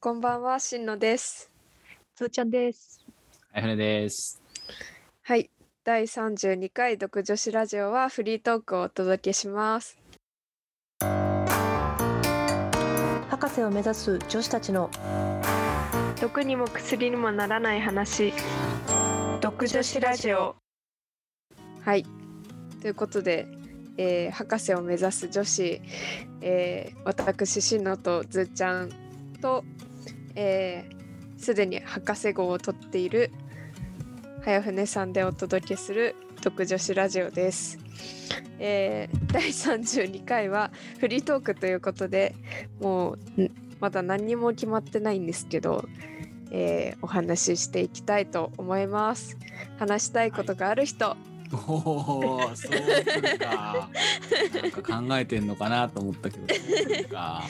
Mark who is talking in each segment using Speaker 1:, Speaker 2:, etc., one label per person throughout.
Speaker 1: こんばんは、しんのです。
Speaker 2: つーちゃんです。
Speaker 3: あやふねです。
Speaker 1: はい、第32回独女子ラジオはフリートークをお届けします。
Speaker 2: 博士を目指す女子たちの
Speaker 1: 毒にも薬にもならない話。
Speaker 2: 独
Speaker 1: 女子ラジオ。はい、ということで、えー博士を目指す女子、えー私、しんのとずーちゃんと、えーすでに博士号を取っている早船さんでお届けする独女子ラジオです。えー、第32回はフリートークということでもうんまだ何にも決まってないんですけど、えーお話ししていきたいと思います。話したいことがある人、
Speaker 3: おお、そうくるか。なんか考えてんのかなと思ったけど、そうくるか。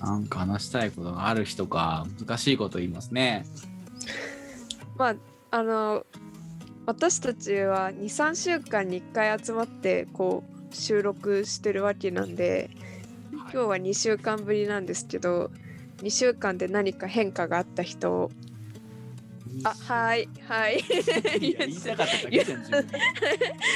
Speaker 3: なんか話したいことがある人か、難しいこと言いますね。
Speaker 1: まああの私たちは23週間に1回集まってこう収録してるわけなんで今
Speaker 3: はい
Speaker 1: 日は2週間ぶりなんですけど2週間で何か変化があった人をあはいはい
Speaker 3: いや言いたかっただけじゃん、自分で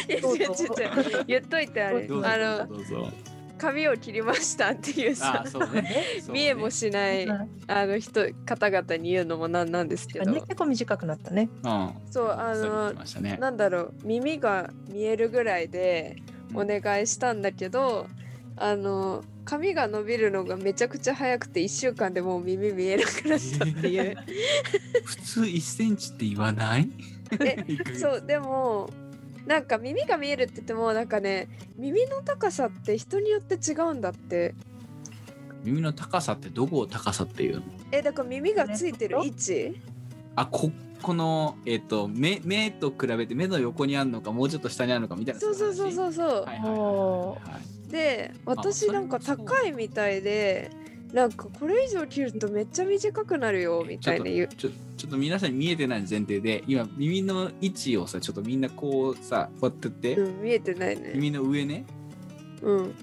Speaker 1: い やちょ ちょちょ言っといてあれ
Speaker 3: どうぞ
Speaker 1: あの
Speaker 3: どうぞ。
Speaker 1: 髪を切りましたっていう
Speaker 3: あ
Speaker 1: さ、
Speaker 3: そうね。そうね
Speaker 1: 見えもしないあの人方々に言うのもなんなんですけ
Speaker 2: あね
Speaker 1: ど
Speaker 2: 結構短くなったね。
Speaker 3: うん。
Speaker 1: そうあ
Speaker 3: そう言っ
Speaker 1: の
Speaker 3: てましたね。
Speaker 1: なんだろう耳が見えるぐらいで
Speaker 3: うん
Speaker 1: お願いしたんだけど、あの髪が伸びるのがめちゃくちゃ早くて1週間でもう耳見えなくなったって いう
Speaker 3: 普通1センチって言わない
Speaker 1: え
Speaker 3: いく
Speaker 1: そうでもなんか耳が見えるって言ってもなんかね耳の高さって人によって違うんだって
Speaker 3: 耳の高さってどこを高さっていうの
Speaker 1: えだから耳がついてる位置
Speaker 3: あここの、えっと目目と比べて目の横にあるのかもうちょっと下にあるのかみたいな
Speaker 1: そうそうそう
Speaker 3: う
Speaker 1: そうそう、
Speaker 3: はいはいはいはいはい
Speaker 1: で私
Speaker 3: それ
Speaker 1: な
Speaker 3: も
Speaker 1: んか高いみたいでなんかこれ以上切るとめっちゃ短くなるよみたいな言う
Speaker 3: ちょちょっと皆さんに見えてない前提で今耳の位置をさちょっとみんなこうさこうやってって、
Speaker 1: うん、見えてないね。
Speaker 3: 耳の上ね
Speaker 1: うん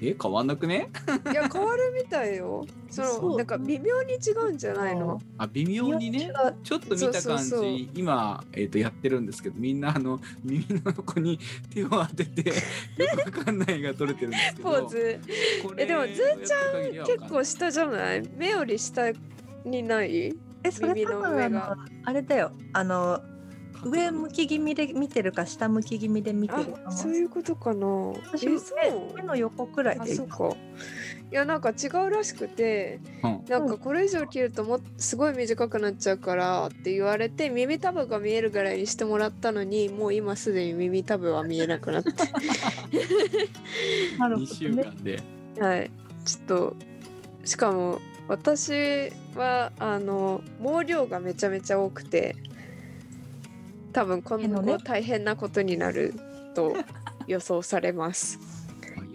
Speaker 3: え変わんなくね
Speaker 1: いや変わるみたいよ。その
Speaker 2: そう
Speaker 1: なんか微妙に違うんじゃないの？
Speaker 3: あ微妙にね
Speaker 2: あ
Speaker 3: ちょっと見た感じ
Speaker 1: そうそうそう
Speaker 3: 今、えっとやってるんですけどみんなあの耳の横に手を当て てよくわかんないが取れてるんですけど
Speaker 1: ポーズ
Speaker 3: これ
Speaker 1: えでもず
Speaker 3: ーちゃ
Speaker 1: 結構下じゃない？目より下にない？
Speaker 2: えそれ
Speaker 1: 耳
Speaker 2: 多
Speaker 1: の上
Speaker 2: 分
Speaker 1: が
Speaker 2: あのあれだよ。あの上向き気味で見てるか下向き気味で見てるか
Speaker 1: あ
Speaker 2: も。
Speaker 1: そういうことかな。
Speaker 2: 私
Speaker 1: え
Speaker 2: も
Speaker 1: そ
Speaker 2: 目目
Speaker 1: う？
Speaker 2: の横くらい
Speaker 1: あ
Speaker 2: でいい
Speaker 1: そ。うか。いやなんか違うらしくて、
Speaker 3: うん
Speaker 1: なんかこれ以上切るともっすごい短くなっちゃうからって言われて耳たぶが見えるぐらいにしてもらったのにもう今すでに耳たぶは見えなくなって
Speaker 2: なるほ
Speaker 3: 2
Speaker 2: ど
Speaker 3: 週
Speaker 2: ね。
Speaker 3: 間で
Speaker 1: はい、ちょっとしかも私はあの毛量がめちゃめちゃ多くて多分今
Speaker 2: 毛の
Speaker 1: 後
Speaker 2: ね
Speaker 1: 大変なことになると予想されます。
Speaker 3: まあ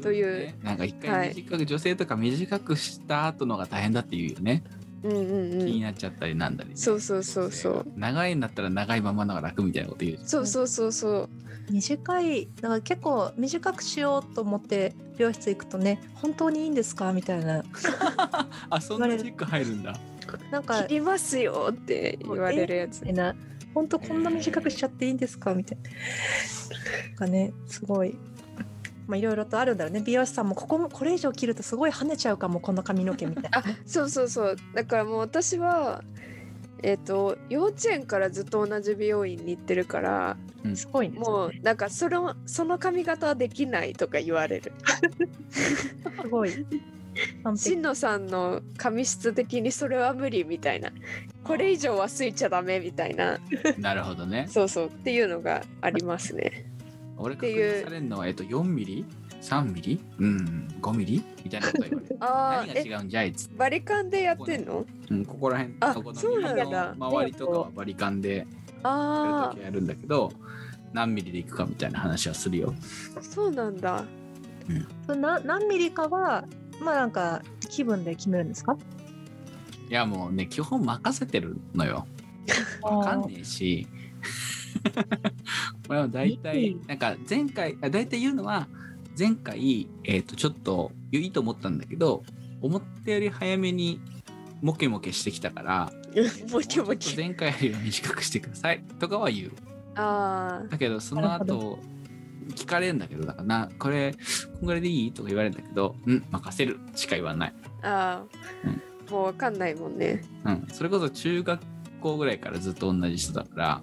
Speaker 1: という
Speaker 3: 夜ねなんか一
Speaker 1: は
Speaker 3: 回
Speaker 1: い
Speaker 3: 短く、女性とか短くした後のが大変だっていうよね、
Speaker 1: うんうんう
Speaker 3: 気に
Speaker 1: ん、
Speaker 3: なっちゃったりなんだりね、
Speaker 1: そうそうそうそう
Speaker 3: 長いんだったら長いままのが楽みたいなこと言うじ
Speaker 1: そうそうそうそう
Speaker 2: 短いだから結構短くしようと思って美容室行くとね本当にいいんですかみたいな
Speaker 3: ゃんあそんなチェック入るんだ
Speaker 2: なん
Speaker 1: 「
Speaker 2: か
Speaker 1: 切りますよ」って言われるやつ
Speaker 2: みたいな本当こんな短くしちゃっていいんですかみたいな。なんかねすごい。まあいろいろとあるんだろうね美容師さんもここもこれ以上切るとすごい跳ねちゃうかもこの髪の毛みたいな。
Speaker 1: そうそうそうだからもう私はえっ、と幼稚園からずっと同じ美容院に行ってるから
Speaker 2: すごいね。
Speaker 1: もうなんかそのその髪型はできないとか言われる。
Speaker 2: すごい。完璧
Speaker 1: しんのさんの髪質的にそれは無理みたいなこれ以上はすいちゃダメみたいな
Speaker 3: なるほどね
Speaker 1: そうそうっていうのがありますね
Speaker 3: 俺
Speaker 1: て
Speaker 3: 確
Speaker 1: いう
Speaker 3: 認されるのはえっと4ミリ3ミリうん5ミリみたいなこと言われ る
Speaker 1: あ
Speaker 3: 何
Speaker 1: ー
Speaker 3: が
Speaker 1: え
Speaker 3: 違うんじゃいっつっ
Speaker 1: バリカンでやってんの
Speaker 3: て、うん、ここら辺
Speaker 1: あ
Speaker 3: お好み
Speaker 1: そうなんだ
Speaker 3: の周りとかはバリカンでや
Speaker 1: あ
Speaker 3: るときやるんだけど何ミリでいくかみたいな話はするよ
Speaker 1: あそうなん だ
Speaker 2: それな何ミリかはまあなんか気分で決めるんですか。
Speaker 3: いやもうね基本任せてるのよわかんねえし。 これは大体、なんか前回、あ大体言うのは、前回、えっ、と、ちょっと、いいと思ったんだけど、思ったより早めにモケモケしてきたから
Speaker 1: ボキボ
Speaker 3: もうちょっと
Speaker 1: キ。
Speaker 3: 前回よりは短くしてくださいとかは言う
Speaker 1: ああ。
Speaker 3: だけどその
Speaker 2: なるほ
Speaker 3: 後聞かれるんだけどだからなこれこんぐらいでいいとか言われるんだけどうん任せるしか言わない、
Speaker 1: ああ、もうわかんないもんね。
Speaker 3: うん、それこそ中学校ぐらいからずっと同じ人だから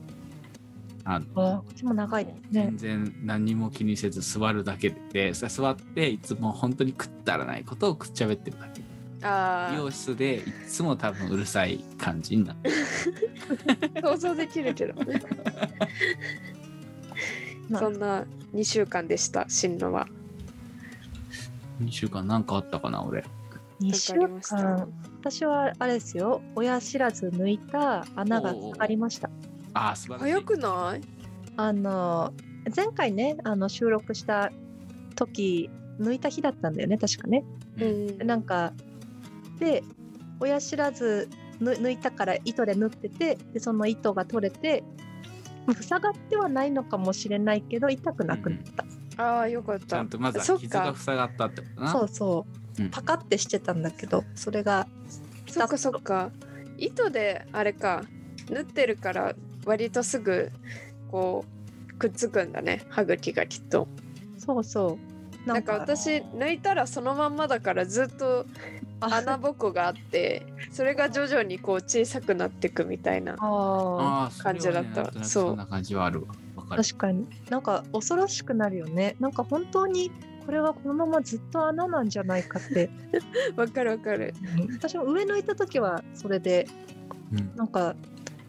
Speaker 3: あ
Speaker 2: あ
Speaker 3: の
Speaker 2: こっちも長いね。
Speaker 3: 全然何も気にせず座るだけでさ座っていつも本当にくったらないことをくっちゃべってるだけ美
Speaker 1: あ
Speaker 3: 容室でいつも多分うるさい感じになってる
Speaker 1: あ、想像できるけ ど。
Speaker 2: まあ
Speaker 1: そんな2週間でした、進路は。
Speaker 3: 2週間なんかあったかな俺
Speaker 2: 2週
Speaker 1: わかりました
Speaker 2: 間。私はあれですよ親知らず抜いた穴が塞がりました
Speaker 3: ああ素晴らしい
Speaker 1: 早くない
Speaker 2: あの前回ねあの収録した時抜いた日だったんだよね確かね
Speaker 3: う
Speaker 1: うんん。
Speaker 2: なんかで親知らずぬ抜いたから糸で縫っててでその糸が取れてまあ塞がってはないのかもしれないけど痛くなくなった、
Speaker 1: ああ、よかっ
Speaker 3: ちゃ
Speaker 1: た
Speaker 3: ん。とまず
Speaker 1: そ
Speaker 3: は
Speaker 1: っか
Speaker 3: 傷が塞がったってことな
Speaker 2: そうそう、
Speaker 3: うん
Speaker 2: パカってしてたんだけどそれが
Speaker 1: そっかそっか。糸であれか、縫ってるから割とすぐこうくっつくんだね、歯茎がきっと。
Speaker 2: そうそう
Speaker 1: なんか私抜いたらそのまんまだからずっと
Speaker 2: あ
Speaker 1: 穴ぼこがあって、それが徐々にこう小さくなってくみたいな。
Speaker 2: あー
Speaker 3: ああそれは
Speaker 1: 感
Speaker 3: ね
Speaker 1: じだった
Speaker 3: なんとなく
Speaker 1: そう
Speaker 3: そんな感じはあるわわかる
Speaker 2: 確かになんか恐ろしくなるよねなんか本当にこれはこのままずっと穴なんじゃないかって
Speaker 1: わかるわかる。
Speaker 2: 私も上抜いた時はそれで
Speaker 3: うん
Speaker 2: なんか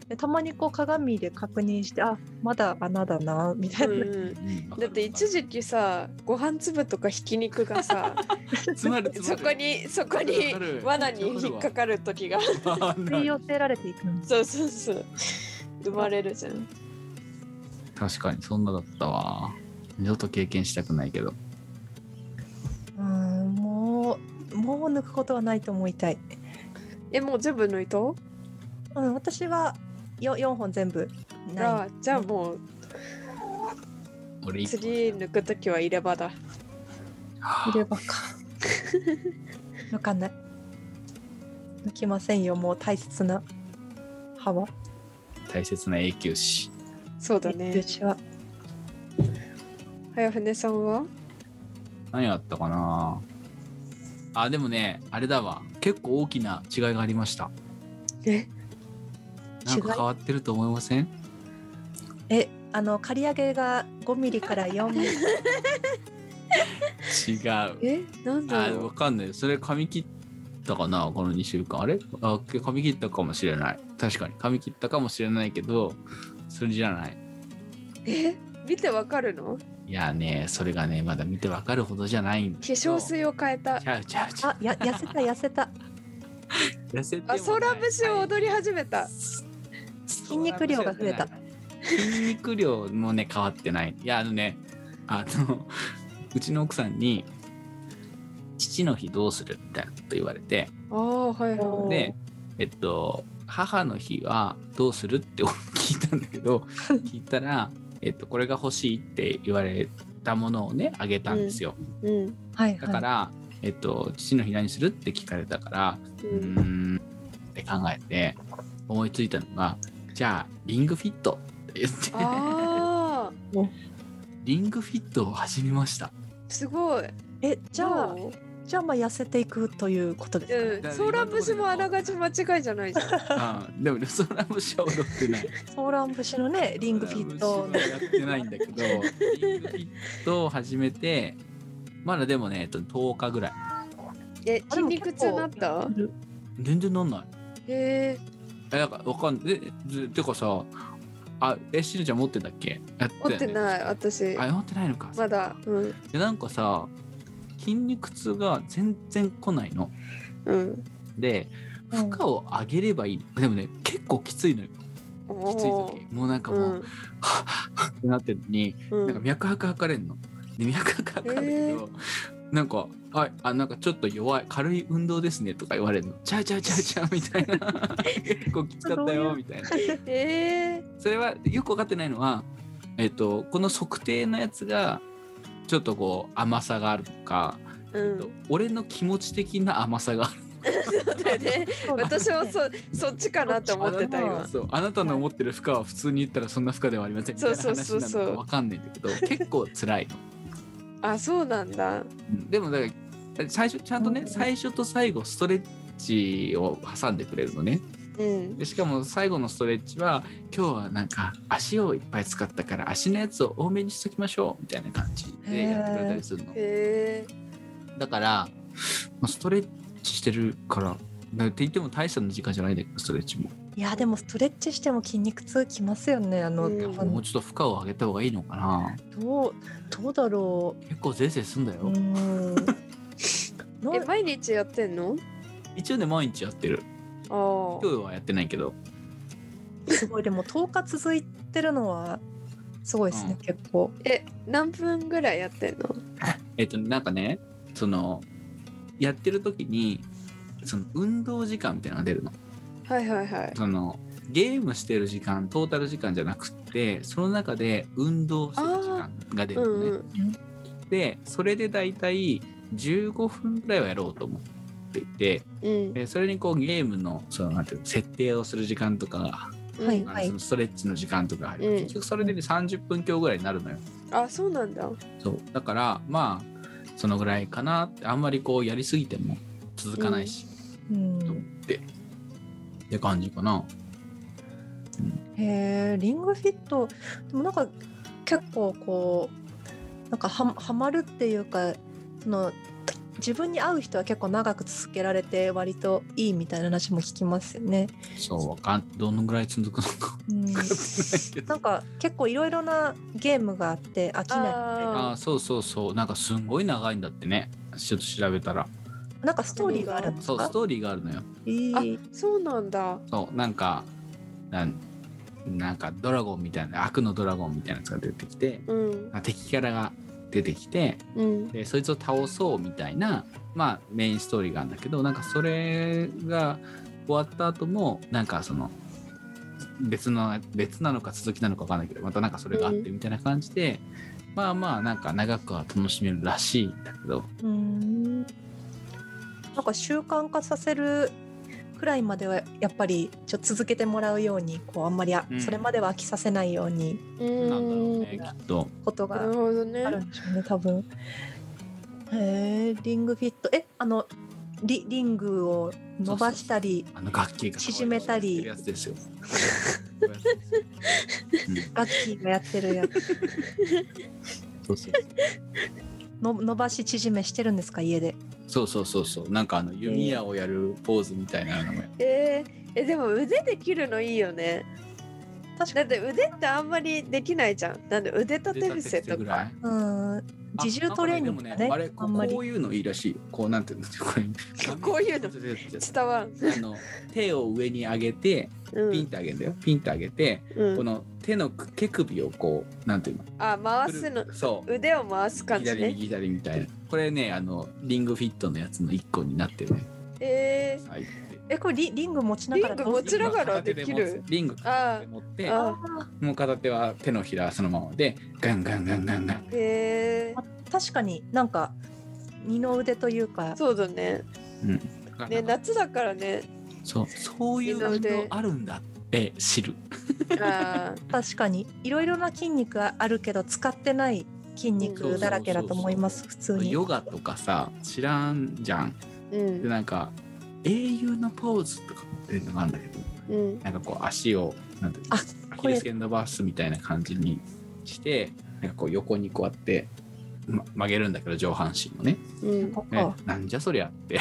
Speaker 2: でたまにこう鏡で確認してあまだ穴だなみた
Speaker 1: う
Speaker 2: い
Speaker 1: ん
Speaker 2: な、
Speaker 1: うん
Speaker 3: うんわかる
Speaker 1: だって一時期さご飯粒とかひき肉が さ
Speaker 3: 詰まる
Speaker 1: そ
Speaker 3: 詰
Speaker 1: こ
Speaker 3: ま る
Speaker 1: にそこに
Speaker 3: わかるわかる
Speaker 1: 罠に引っかかる時が
Speaker 3: あー
Speaker 2: 吸い
Speaker 3: な
Speaker 2: 寄せられていくん
Speaker 1: そうそうそう生まれるじゃん
Speaker 3: 確かにそんなだったわ二度と経験したくないけど
Speaker 2: うんもうもう抜くことはないと思いたい、
Speaker 1: えもう全部抜いた
Speaker 2: うん、私は 4, 四本全部な
Speaker 1: あじゃあもう
Speaker 3: 俺一個
Speaker 1: 次抜く時は入れ歯だ
Speaker 2: い入れ ばか抜かない抜きませんよもう大切な歯は
Speaker 3: 大切な永久歯
Speaker 1: そうだ
Speaker 2: 永
Speaker 1: ね
Speaker 2: 久歯は
Speaker 1: 早船さんは
Speaker 3: 何があったかなあでもねあれだわ結構大きな違いがありました
Speaker 1: え
Speaker 3: なんか
Speaker 2: 違い
Speaker 3: 変わってると思い ません
Speaker 2: えあの刈り上げが5ミリから4ミリ
Speaker 3: 違う
Speaker 1: えなん
Speaker 3: あ
Speaker 1: だろ
Speaker 3: わ
Speaker 1: う
Speaker 3: かんないそれ髪切ったかなこの2週間あれあ髪切ったかもしれない確かに髪切ったかもしれないけどそれじゃない
Speaker 1: え見てわかるの
Speaker 3: いやねそれがねまだ見てわかるほどじゃないんだ
Speaker 1: 化
Speaker 3: けど
Speaker 1: 粧水を変えた
Speaker 3: ちゃうちゃうちゃう
Speaker 2: あや痩せた痩せた
Speaker 3: 痩せてもな
Speaker 1: あ
Speaker 3: い
Speaker 1: ソーラン節を踊り始めた
Speaker 3: 筋
Speaker 2: 肉量が増えた
Speaker 3: 筋肉量もね変わってないいやあのねあのうちの奥さんに「父の日どうする?」みたいなこと言われて
Speaker 1: ああはい
Speaker 2: お
Speaker 1: は
Speaker 2: ー
Speaker 3: でえっと母の日はどうするって聞いたんだ けど聞いたら、えっと、これが欲しいって言われたものをねあげたんですよ、
Speaker 1: いうん
Speaker 2: はい
Speaker 3: だから、えっと、父の日何するって聞かれたから
Speaker 1: う
Speaker 3: うー
Speaker 1: ん
Speaker 3: んって考えて思いついたのがじゃあリングフィットって言って
Speaker 1: ああ
Speaker 3: リングフィットを走りました
Speaker 1: すごい
Speaker 2: えじゃ
Speaker 1: ど
Speaker 2: あ
Speaker 1: う
Speaker 2: じゃあまあ痩せていくということですか、ね
Speaker 1: うん、ソーラン節もあながち間違いじゃないじゃん。
Speaker 3: あでもそれもしは踊ってない
Speaker 2: ソーラン節のねリングフィット
Speaker 3: それはやってないんだけどリングフィットを始めてまだでもね、えっと、10日ぐらい
Speaker 1: え、筋肉痛なった
Speaker 3: 全然なんない
Speaker 1: へえ
Speaker 3: えなんかわかんないえずてかさあえしるちゃん持ってんだっけやったよ
Speaker 1: 持
Speaker 3: ね
Speaker 1: ってない、私。
Speaker 3: あ持ってないのか
Speaker 1: まだ。うん。
Speaker 3: でなんかさ筋肉痛が全然来ないの
Speaker 1: うん。
Speaker 3: で負荷を上げればいい、でもね結構きついのよきつい
Speaker 1: お
Speaker 3: 時もうなんか
Speaker 1: ー
Speaker 3: も
Speaker 1: う
Speaker 3: う、は
Speaker 1: ん
Speaker 3: っはっはってなってるのに、
Speaker 1: う
Speaker 3: なんか
Speaker 1: ん。
Speaker 3: 脈拍測れんので脈拍測るけど、なんかああなんかちょっと弱い軽い運動ですねとか言われるのちゃうちゃうちゃうちゃうみたいな結構きつかったよみたいな
Speaker 1: えー、
Speaker 3: それはよく分かってないのはえっ、とこの測定のやつがちょっとこう甘さがあるとか
Speaker 1: うん
Speaker 3: と俺の気持ち的な甘さが
Speaker 1: そうだよね
Speaker 2: そうだね
Speaker 1: 私もそそっちかなと思ってた
Speaker 2: あ
Speaker 1: 今
Speaker 2: の
Speaker 3: そうあなたの思ってる負荷は普通に言ったらそんな負荷ではありませんみたいな
Speaker 1: そう
Speaker 3: 話
Speaker 1: そうそう
Speaker 3: な
Speaker 1: そう
Speaker 3: のかわかんないんだけど結構辛いの、
Speaker 1: あそうなんだ
Speaker 3: うんでもだから最初ちゃんとね、
Speaker 2: うん
Speaker 3: 最初と最後ストレッチを挟んでくれるのね
Speaker 1: うん
Speaker 3: でしかも最後のストレッチは今日はなんか足をいっぱい使ったから足のやつを多めにしときましょうみたいな感じでやってくれたりするの
Speaker 1: へえ
Speaker 3: だからまあストレッチしてるからだからって言っても大したの時間じゃないんだけどストレッチも
Speaker 2: いやでもストレッチしても筋肉痛きますよねあの、
Speaker 1: うん
Speaker 2: 多
Speaker 3: もう
Speaker 2: 分
Speaker 3: ちょっと負荷を上げた方がいいのかな
Speaker 2: どうどうだろ
Speaker 3: 結構ゼーゼーすんだよ、
Speaker 2: ううーんの
Speaker 1: え毎日やってんの
Speaker 3: 一応ね毎日やってる
Speaker 1: あ
Speaker 3: 今日はやってないけど
Speaker 2: すごいでも10日続いてるのはすごいですね、
Speaker 3: うん
Speaker 2: 結構
Speaker 1: あえ何分ぐらいやってんの
Speaker 3: えっとなんかねそのやってる時にその運動時間みたいなのが出るの
Speaker 1: はいはいはい
Speaker 3: そのゲームしてる時間トータル時間じゃなくってその中で運動してる時間が出
Speaker 1: う
Speaker 3: るの
Speaker 1: ん
Speaker 3: ね、
Speaker 1: うん
Speaker 3: でそれで大体15分ぐらいはやろうと思っていて
Speaker 1: うん
Speaker 3: でそれにこうゲームのそのなんていうの設定をする時間とか、
Speaker 1: うん
Speaker 3: あ
Speaker 2: は
Speaker 3: の
Speaker 2: い
Speaker 3: そのストレッチの時間とか入る、
Speaker 1: うん
Speaker 3: 結局それで、ね、30分強ぐらいになるのよ
Speaker 1: あそうなんだ
Speaker 3: そうだからまあそのぐらいかなってあんまりこうやりすぎても続かないし、
Speaker 2: うん
Speaker 3: と思ってって感じかな
Speaker 2: へえリングフィットでもなんか結構こうなんかははまるっていうかその自分に合う人は結構長く続けられて割といいみたいな話も聞きますよね。
Speaker 3: そうわかんどのぐらい続くのか
Speaker 2: うん
Speaker 3: な
Speaker 2: なんか結構いろいろなゲームがあって飽きない
Speaker 1: あ
Speaker 3: あーそうそうそうなんかすんごい長いんだってねちょっと調べたら
Speaker 2: なんかストーリーがあるんです
Speaker 3: そう
Speaker 2: か
Speaker 3: ストーリーがあるのよ
Speaker 2: えー
Speaker 1: そうなんだ
Speaker 3: そうなんかなんなんかドラゴンみたいな悪のドラゴンみたいなやつが出てきて
Speaker 1: うん
Speaker 3: あ敵キャラが出てきて
Speaker 1: うん
Speaker 3: でそいつを倒そうみたいな、まあ、メインストーリーがあるんだけどなんかそれが終わった後もなんかその別の別なのか続きなのか分かんないけどまたなんかそれがあってみたいな感じで、まあまあなんか長くは楽しめるらしいんだけど
Speaker 2: うーんなんか習慣化させるくらいまではやっぱりちょっと続けてもらうようにこうあんまりあ、
Speaker 3: うん
Speaker 2: それまでは飽きさせないように
Speaker 1: う
Speaker 3: なんだろうんねきっと
Speaker 2: こと
Speaker 1: な
Speaker 2: が
Speaker 1: るほどね
Speaker 2: あるんでしょうね多分。へえリングフィットえあのリリングを伸ばしたり
Speaker 3: あの楽器が
Speaker 2: 縮めたり
Speaker 3: やってるやつですよ。うん
Speaker 2: ガッキーがやってるやつ
Speaker 3: そうそう
Speaker 2: の伸ばし縮めしてるんですか家で。
Speaker 3: そうそうそうそうなんかあの弓矢をやるポーズみたいなのもや
Speaker 1: えー、えでも腕できるのいいよね
Speaker 2: 確
Speaker 1: だ
Speaker 2: か
Speaker 1: っ
Speaker 2: に
Speaker 1: て腕ってあんまりできないじゃんなんで腕立て伏せと
Speaker 3: ぐ
Speaker 1: から
Speaker 3: い
Speaker 2: うん自重トレーニングが
Speaker 3: あなんかねで
Speaker 2: ね
Speaker 3: もねあれこ
Speaker 2: あんまり
Speaker 3: こういうのいいらしいこうなんていうんですかこれ
Speaker 1: こういうの伝わん
Speaker 3: あの手を上に上げて
Speaker 1: う
Speaker 3: ピンっ
Speaker 1: ん、
Speaker 3: て上げるんだよピンって上げて
Speaker 1: う
Speaker 3: こ
Speaker 1: ん、
Speaker 3: の手の手首をこうなんていうの
Speaker 1: あ回すの
Speaker 3: そう
Speaker 1: 腕を回す感じ
Speaker 3: 左
Speaker 1: ね
Speaker 3: 右左みたいなこれねあのリングフィットのやつの一個になってるね
Speaker 1: え
Speaker 3: はい
Speaker 2: えこれリリング持ちながら
Speaker 1: リング持ちながらできる
Speaker 3: リング片手で持って
Speaker 1: あ
Speaker 2: あー
Speaker 3: もう片手は手のひらそのままでガンガンガンガンガン
Speaker 1: ー、えー、
Speaker 2: 確かになんか二の腕というか
Speaker 1: そうだねね
Speaker 3: なんか
Speaker 1: 夏だから ね
Speaker 3: そうそういう
Speaker 1: 二の
Speaker 3: 運動
Speaker 1: 腕
Speaker 3: あるんだって知る
Speaker 1: あ
Speaker 2: 確かにいろいろな筋肉があるけど使ってない筋肉だらけだと思います普通に
Speaker 3: ヨガとかさ知らんじゃん
Speaker 1: ーうん
Speaker 3: でなんか英雄のポーズとかっていうのがあるんだけど
Speaker 1: うん
Speaker 3: なんかこう足をなんていうの
Speaker 2: あ
Speaker 3: アキレス腱伸ばすみたいな感じにしてなんかこう横にこうやって、ま曲げるんだけど上半身をね
Speaker 1: うん
Speaker 3: ね
Speaker 2: あ
Speaker 3: なんじゃそりゃって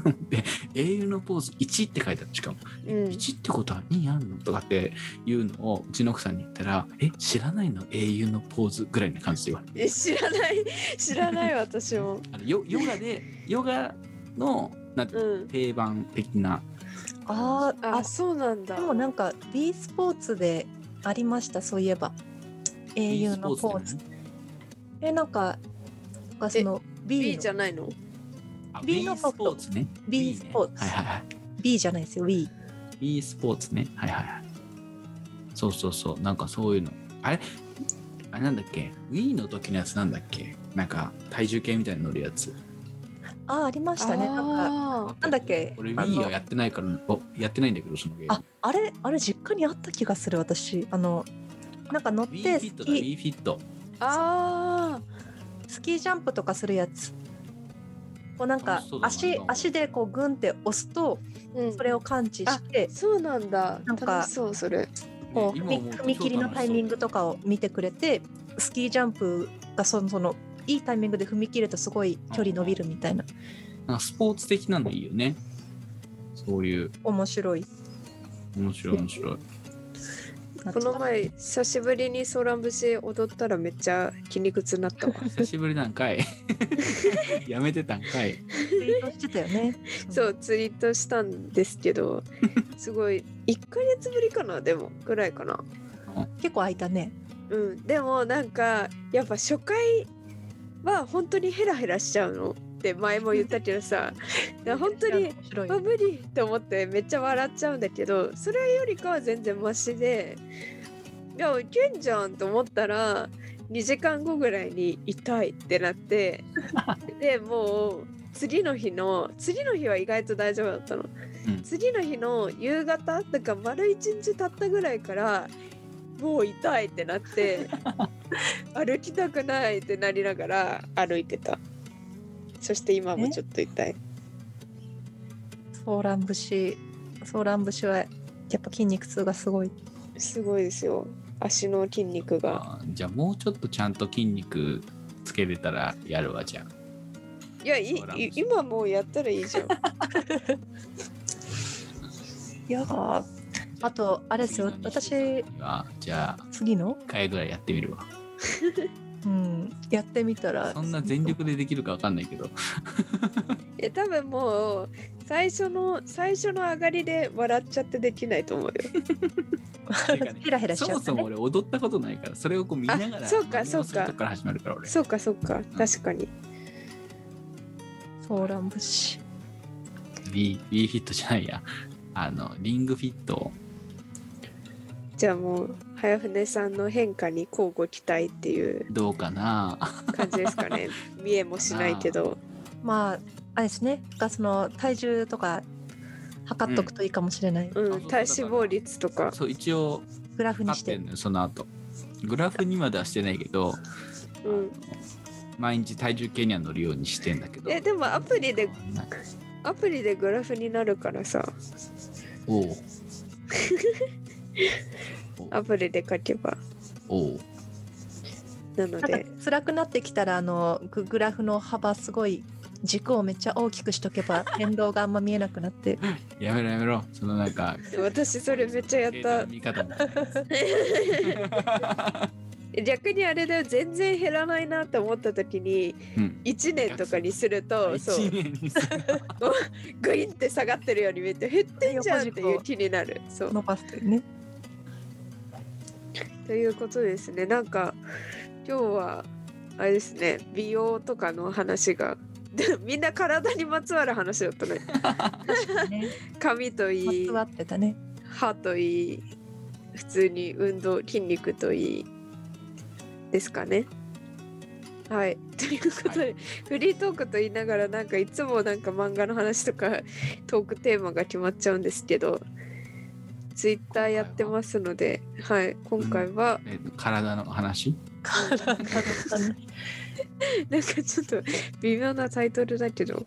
Speaker 3: で英雄のポーズ1って書いてあるしかも
Speaker 1: うん
Speaker 3: 1ってことは2あんのとかっていうのをうちの奥さんに言ったら「え知らないの英雄のポーズ」ぐらいな感じで言われて
Speaker 1: え知らない 知らない私も
Speaker 3: あのヨヨガでヨガのなんていう
Speaker 1: う
Speaker 3: の
Speaker 1: ん
Speaker 3: 定番的な
Speaker 2: あー
Speaker 1: あ
Speaker 2: あ
Speaker 1: そうなんだ
Speaker 2: でもなんか B スポーツでありましたそういえば英雄の
Speaker 3: e ス
Speaker 2: ポ
Speaker 3: ポ
Speaker 2: ー
Speaker 3: ーツ
Speaker 2: ズ
Speaker 3: でもね
Speaker 2: えなんかなんかその B
Speaker 1: B
Speaker 2: の
Speaker 1: じゃないの
Speaker 3: あ
Speaker 2: B
Speaker 3: B
Speaker 2: の
Speaker 3: スポーツね
Speaker 2: B スポーツ
Speaker 3: ねはいはいはい
Speaker 2: B じゃないですよ B
Speaker 3: e スポーツねはいはいはいそうそうそうなんかそういうのあれあれなんだっけ Wii の時のやつなんだっけなんか体重計みたいに乗るやつ
Speaker 2: あありましたねなんか
Speaker 1: あ
Speaker 2: なんだっけ
Speaker 3: 俺
Speaker 2: あの
Speaker 3: Wii はやってないからおやってないんだけどそのゲー
Speaker 2: あ
Speaker 3: ム
Speaker 2: あれあれ実家にあった気がする私あのなんか乗っ
Speaker 3: Wii
Speaker 2: て
Speaker 3: フィッ
Speaker 2: ス
Speaker 3: トだ
Speaker 2: キ
Speaker 3: Wii フィット
Speaker 1: ーあー
Speaker 2: ースキージャンプとかするやつこうなんか
Speaker 3: 楽しそうだな
Speaker 2: 足
Speaker 3: なんか
Speaker 2: 足でこうグンって押すと
Speaker 1: うん
Speaker 2: それを感知して
Speaker 1: そうなんだ
Speaker 2: なんか
Speaker 1: 楽しそうそれ
Speaker 2: こう
Speaker 3: ね
Speaker 2: 踏み
Speaker 3: 今思うと
Speaker 2: 踏み切りのタイミングと
Speaker 3: か
Speaker 2: かを見てくれてスキージャンプがそのそのいいタイミングで踏み切るとすごい距離伸びるみたいな
Speaker 3: なんかスポーツ的なのいいよねそういう
Speaker 2: 面白い
Speaker 3: 面白い面白い
Speaker 1: この前久しぶりにソーラン節踊ったらめっちゃ筋肉痛になったわ
Speaker 3: 久しぶりな んかい やめてたんかい
Speaker 2: ツイートしてたよ ね
Speaker 1: そうツイートしたんですけどすごい1ヶ月ぶりかなでもぐらいかな
Speaker 2: 結構空いたね
Speaker 1: うんでもなんかやっぱ初回は本当にヘラヘラしちゃうのって前も言ったけどさだから本当に
Speaker 2: 面白い
Speaker 1: あ無理と思ってめっちゃ笑っちゃうんだけどそれよりかは全然マシでいやいけんじゃんと思ったら2時間後ぐらいに痛いってなってでもう次の日の次の日は意外と大丈夫だったの、
Speaker 3: うん
Speaker 1: 次の日の夕方とか丸1日経ったぐらいからもう痛いってなって歩きたくないってなりながら歩いてたそして今もちょっと痛い
Speaker 2: ソーラン節ソーラン節はやっぱ筋肉痛がすごい
Speaker 1: すごいですよ足の筋肉が
Speaker 3: あじゃあもうちょっとちゃんと筋肉つけれたらやるわじゃあ
Speaker 1: いやい
Speaker 3: そうなん
Speaker 1: い
Speaker 3: です
Speaker 1: 今もうやったら いいじゃん
Speaker 2: いやーあとあれですよ私
Speaker 3: はじゃあ
Speaker 2: 次の
Speaker 3: 1回ぐらいやってみるわ
Speaker 2: うんやってみたら
Speaker 3: そんな全力でできるかわかんないけど
Speaker 1: え多分もう最初の最初の上がりで笑っちゃってできないと思うよ
Speaker 3: てかね
Speaker 2: ヘラヘラし
Speaker 3: そ
Speaker 2: ちゃ
Speaker 3: も
Speaker 2: った
Speaker 3: そ
Speaker 2: ね
Speaker 3: も俺踊ったことないからそれをこう見ながら
Speaker 1: あそうか
Speaker 3: 真似をする
Speaker 1: そうか
Speaker 3: とこから始まるから俺
Speaker 1: そうかそうか確かに
Speaker 2: ソーラン節
Speaker 3: B, B フィットじゃないやあのリングフィット
Speaker 1: じゃあもう早船さんの変化に交互期待っていう
Speaker 3: どうかな
Speaker 1: 感じですか ね見えもしないけど
Speaker 2: まああれですねがその体重とか測っとくといいかもしれない、
Speaker 1: う
Speaker 3: あそうんか
Speaker 1: 体脂肪率とか
Speaker 3: そう一応
Speaker 2: グラフに
Speaker 3: 勝
Speaker 2: し
Speaker 3: って
Speaker 2: て
Speaker 3: んのよその後グラフにまではしてないけど
Speaker 1: うん
Speaker 3: 毎日体重計には乗るようにしてんだけど
Speaker 1: えでもアプリで
Speaker 3: なんか
Speaker 1: アプリでグラフになるからさ
Speaker 3: おう
Speaker 1: アプリで書けば
Speaker 3: おおう
Speaker 1: なの
Speaker 2: なん
Speaker 1: で
Speaker 2: か辛くなってきたらあのググラフの幅すごい軸をめっちゃ大きくしとけ ば変動があんま見えなくなって
Speaker 3: やめろやめろそのなんか
Speaker 1: 私それめっちゃやっ
Speaker 3: 携帯
Speaker 1: た
Speaker 3: の見 方も
Speaker 1: 逆にあれだよ全然減らないなって思った時に
Speaker 3: うん
Speaker 1: 1年とかにするとそう
Speaker 3: 一年にする
Speaker 1: グインって下がってるように見えて減ってんじゃんっていう気になるそう
Speaker 2: 伸ばすというね
Speaker 1: ということですねなんか今日はあれですね美容とかの話がでみんな体にまつわる話だったね髪と
Speaker 2: ま
Speaker 1: いい
Speaker 2: つわってた ね
Speaker 1: 歯といい普通に運動筋肉といいですかねはい ということで、
Speaker 3: は
Speaker 1: フリートークと言いながらなんかいつもなんか漫画の話とかトークテーマが決まっちゃうんですけどツイッターやってますのではい今回 は、
Speaker 3: えっと体の話
Speaker 2: 体が
Speaker 1: なんかちょっと微妙なタイトルだけど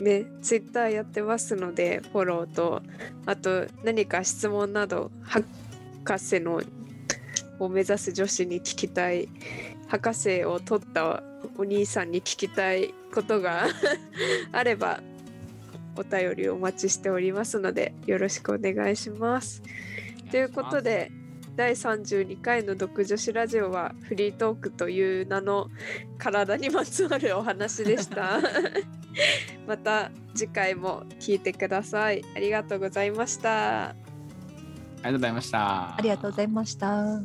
Speaker 3: うん
Speaker 1: ねツイッターやってますのでフォローとあと何か質問など博士のを目指す女子に聞きたい博士を取ったお兄さんに聞きたいことが あればお便りお待ちしておりますのでよろしくお願いします。ということで第32回の「独女子ラジオ」はフリートークという名の体にまつわるお話で した。また次回も聞いてください。ありがとうございました。
Speaker 3: ありがとうございました
Speaker 2: ありがとうございました。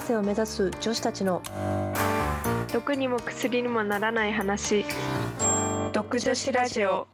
Speaker 2: 生を目指す女子たちの
Speaker 1: 毒にも薬にもならない話。毒女子ラジオ。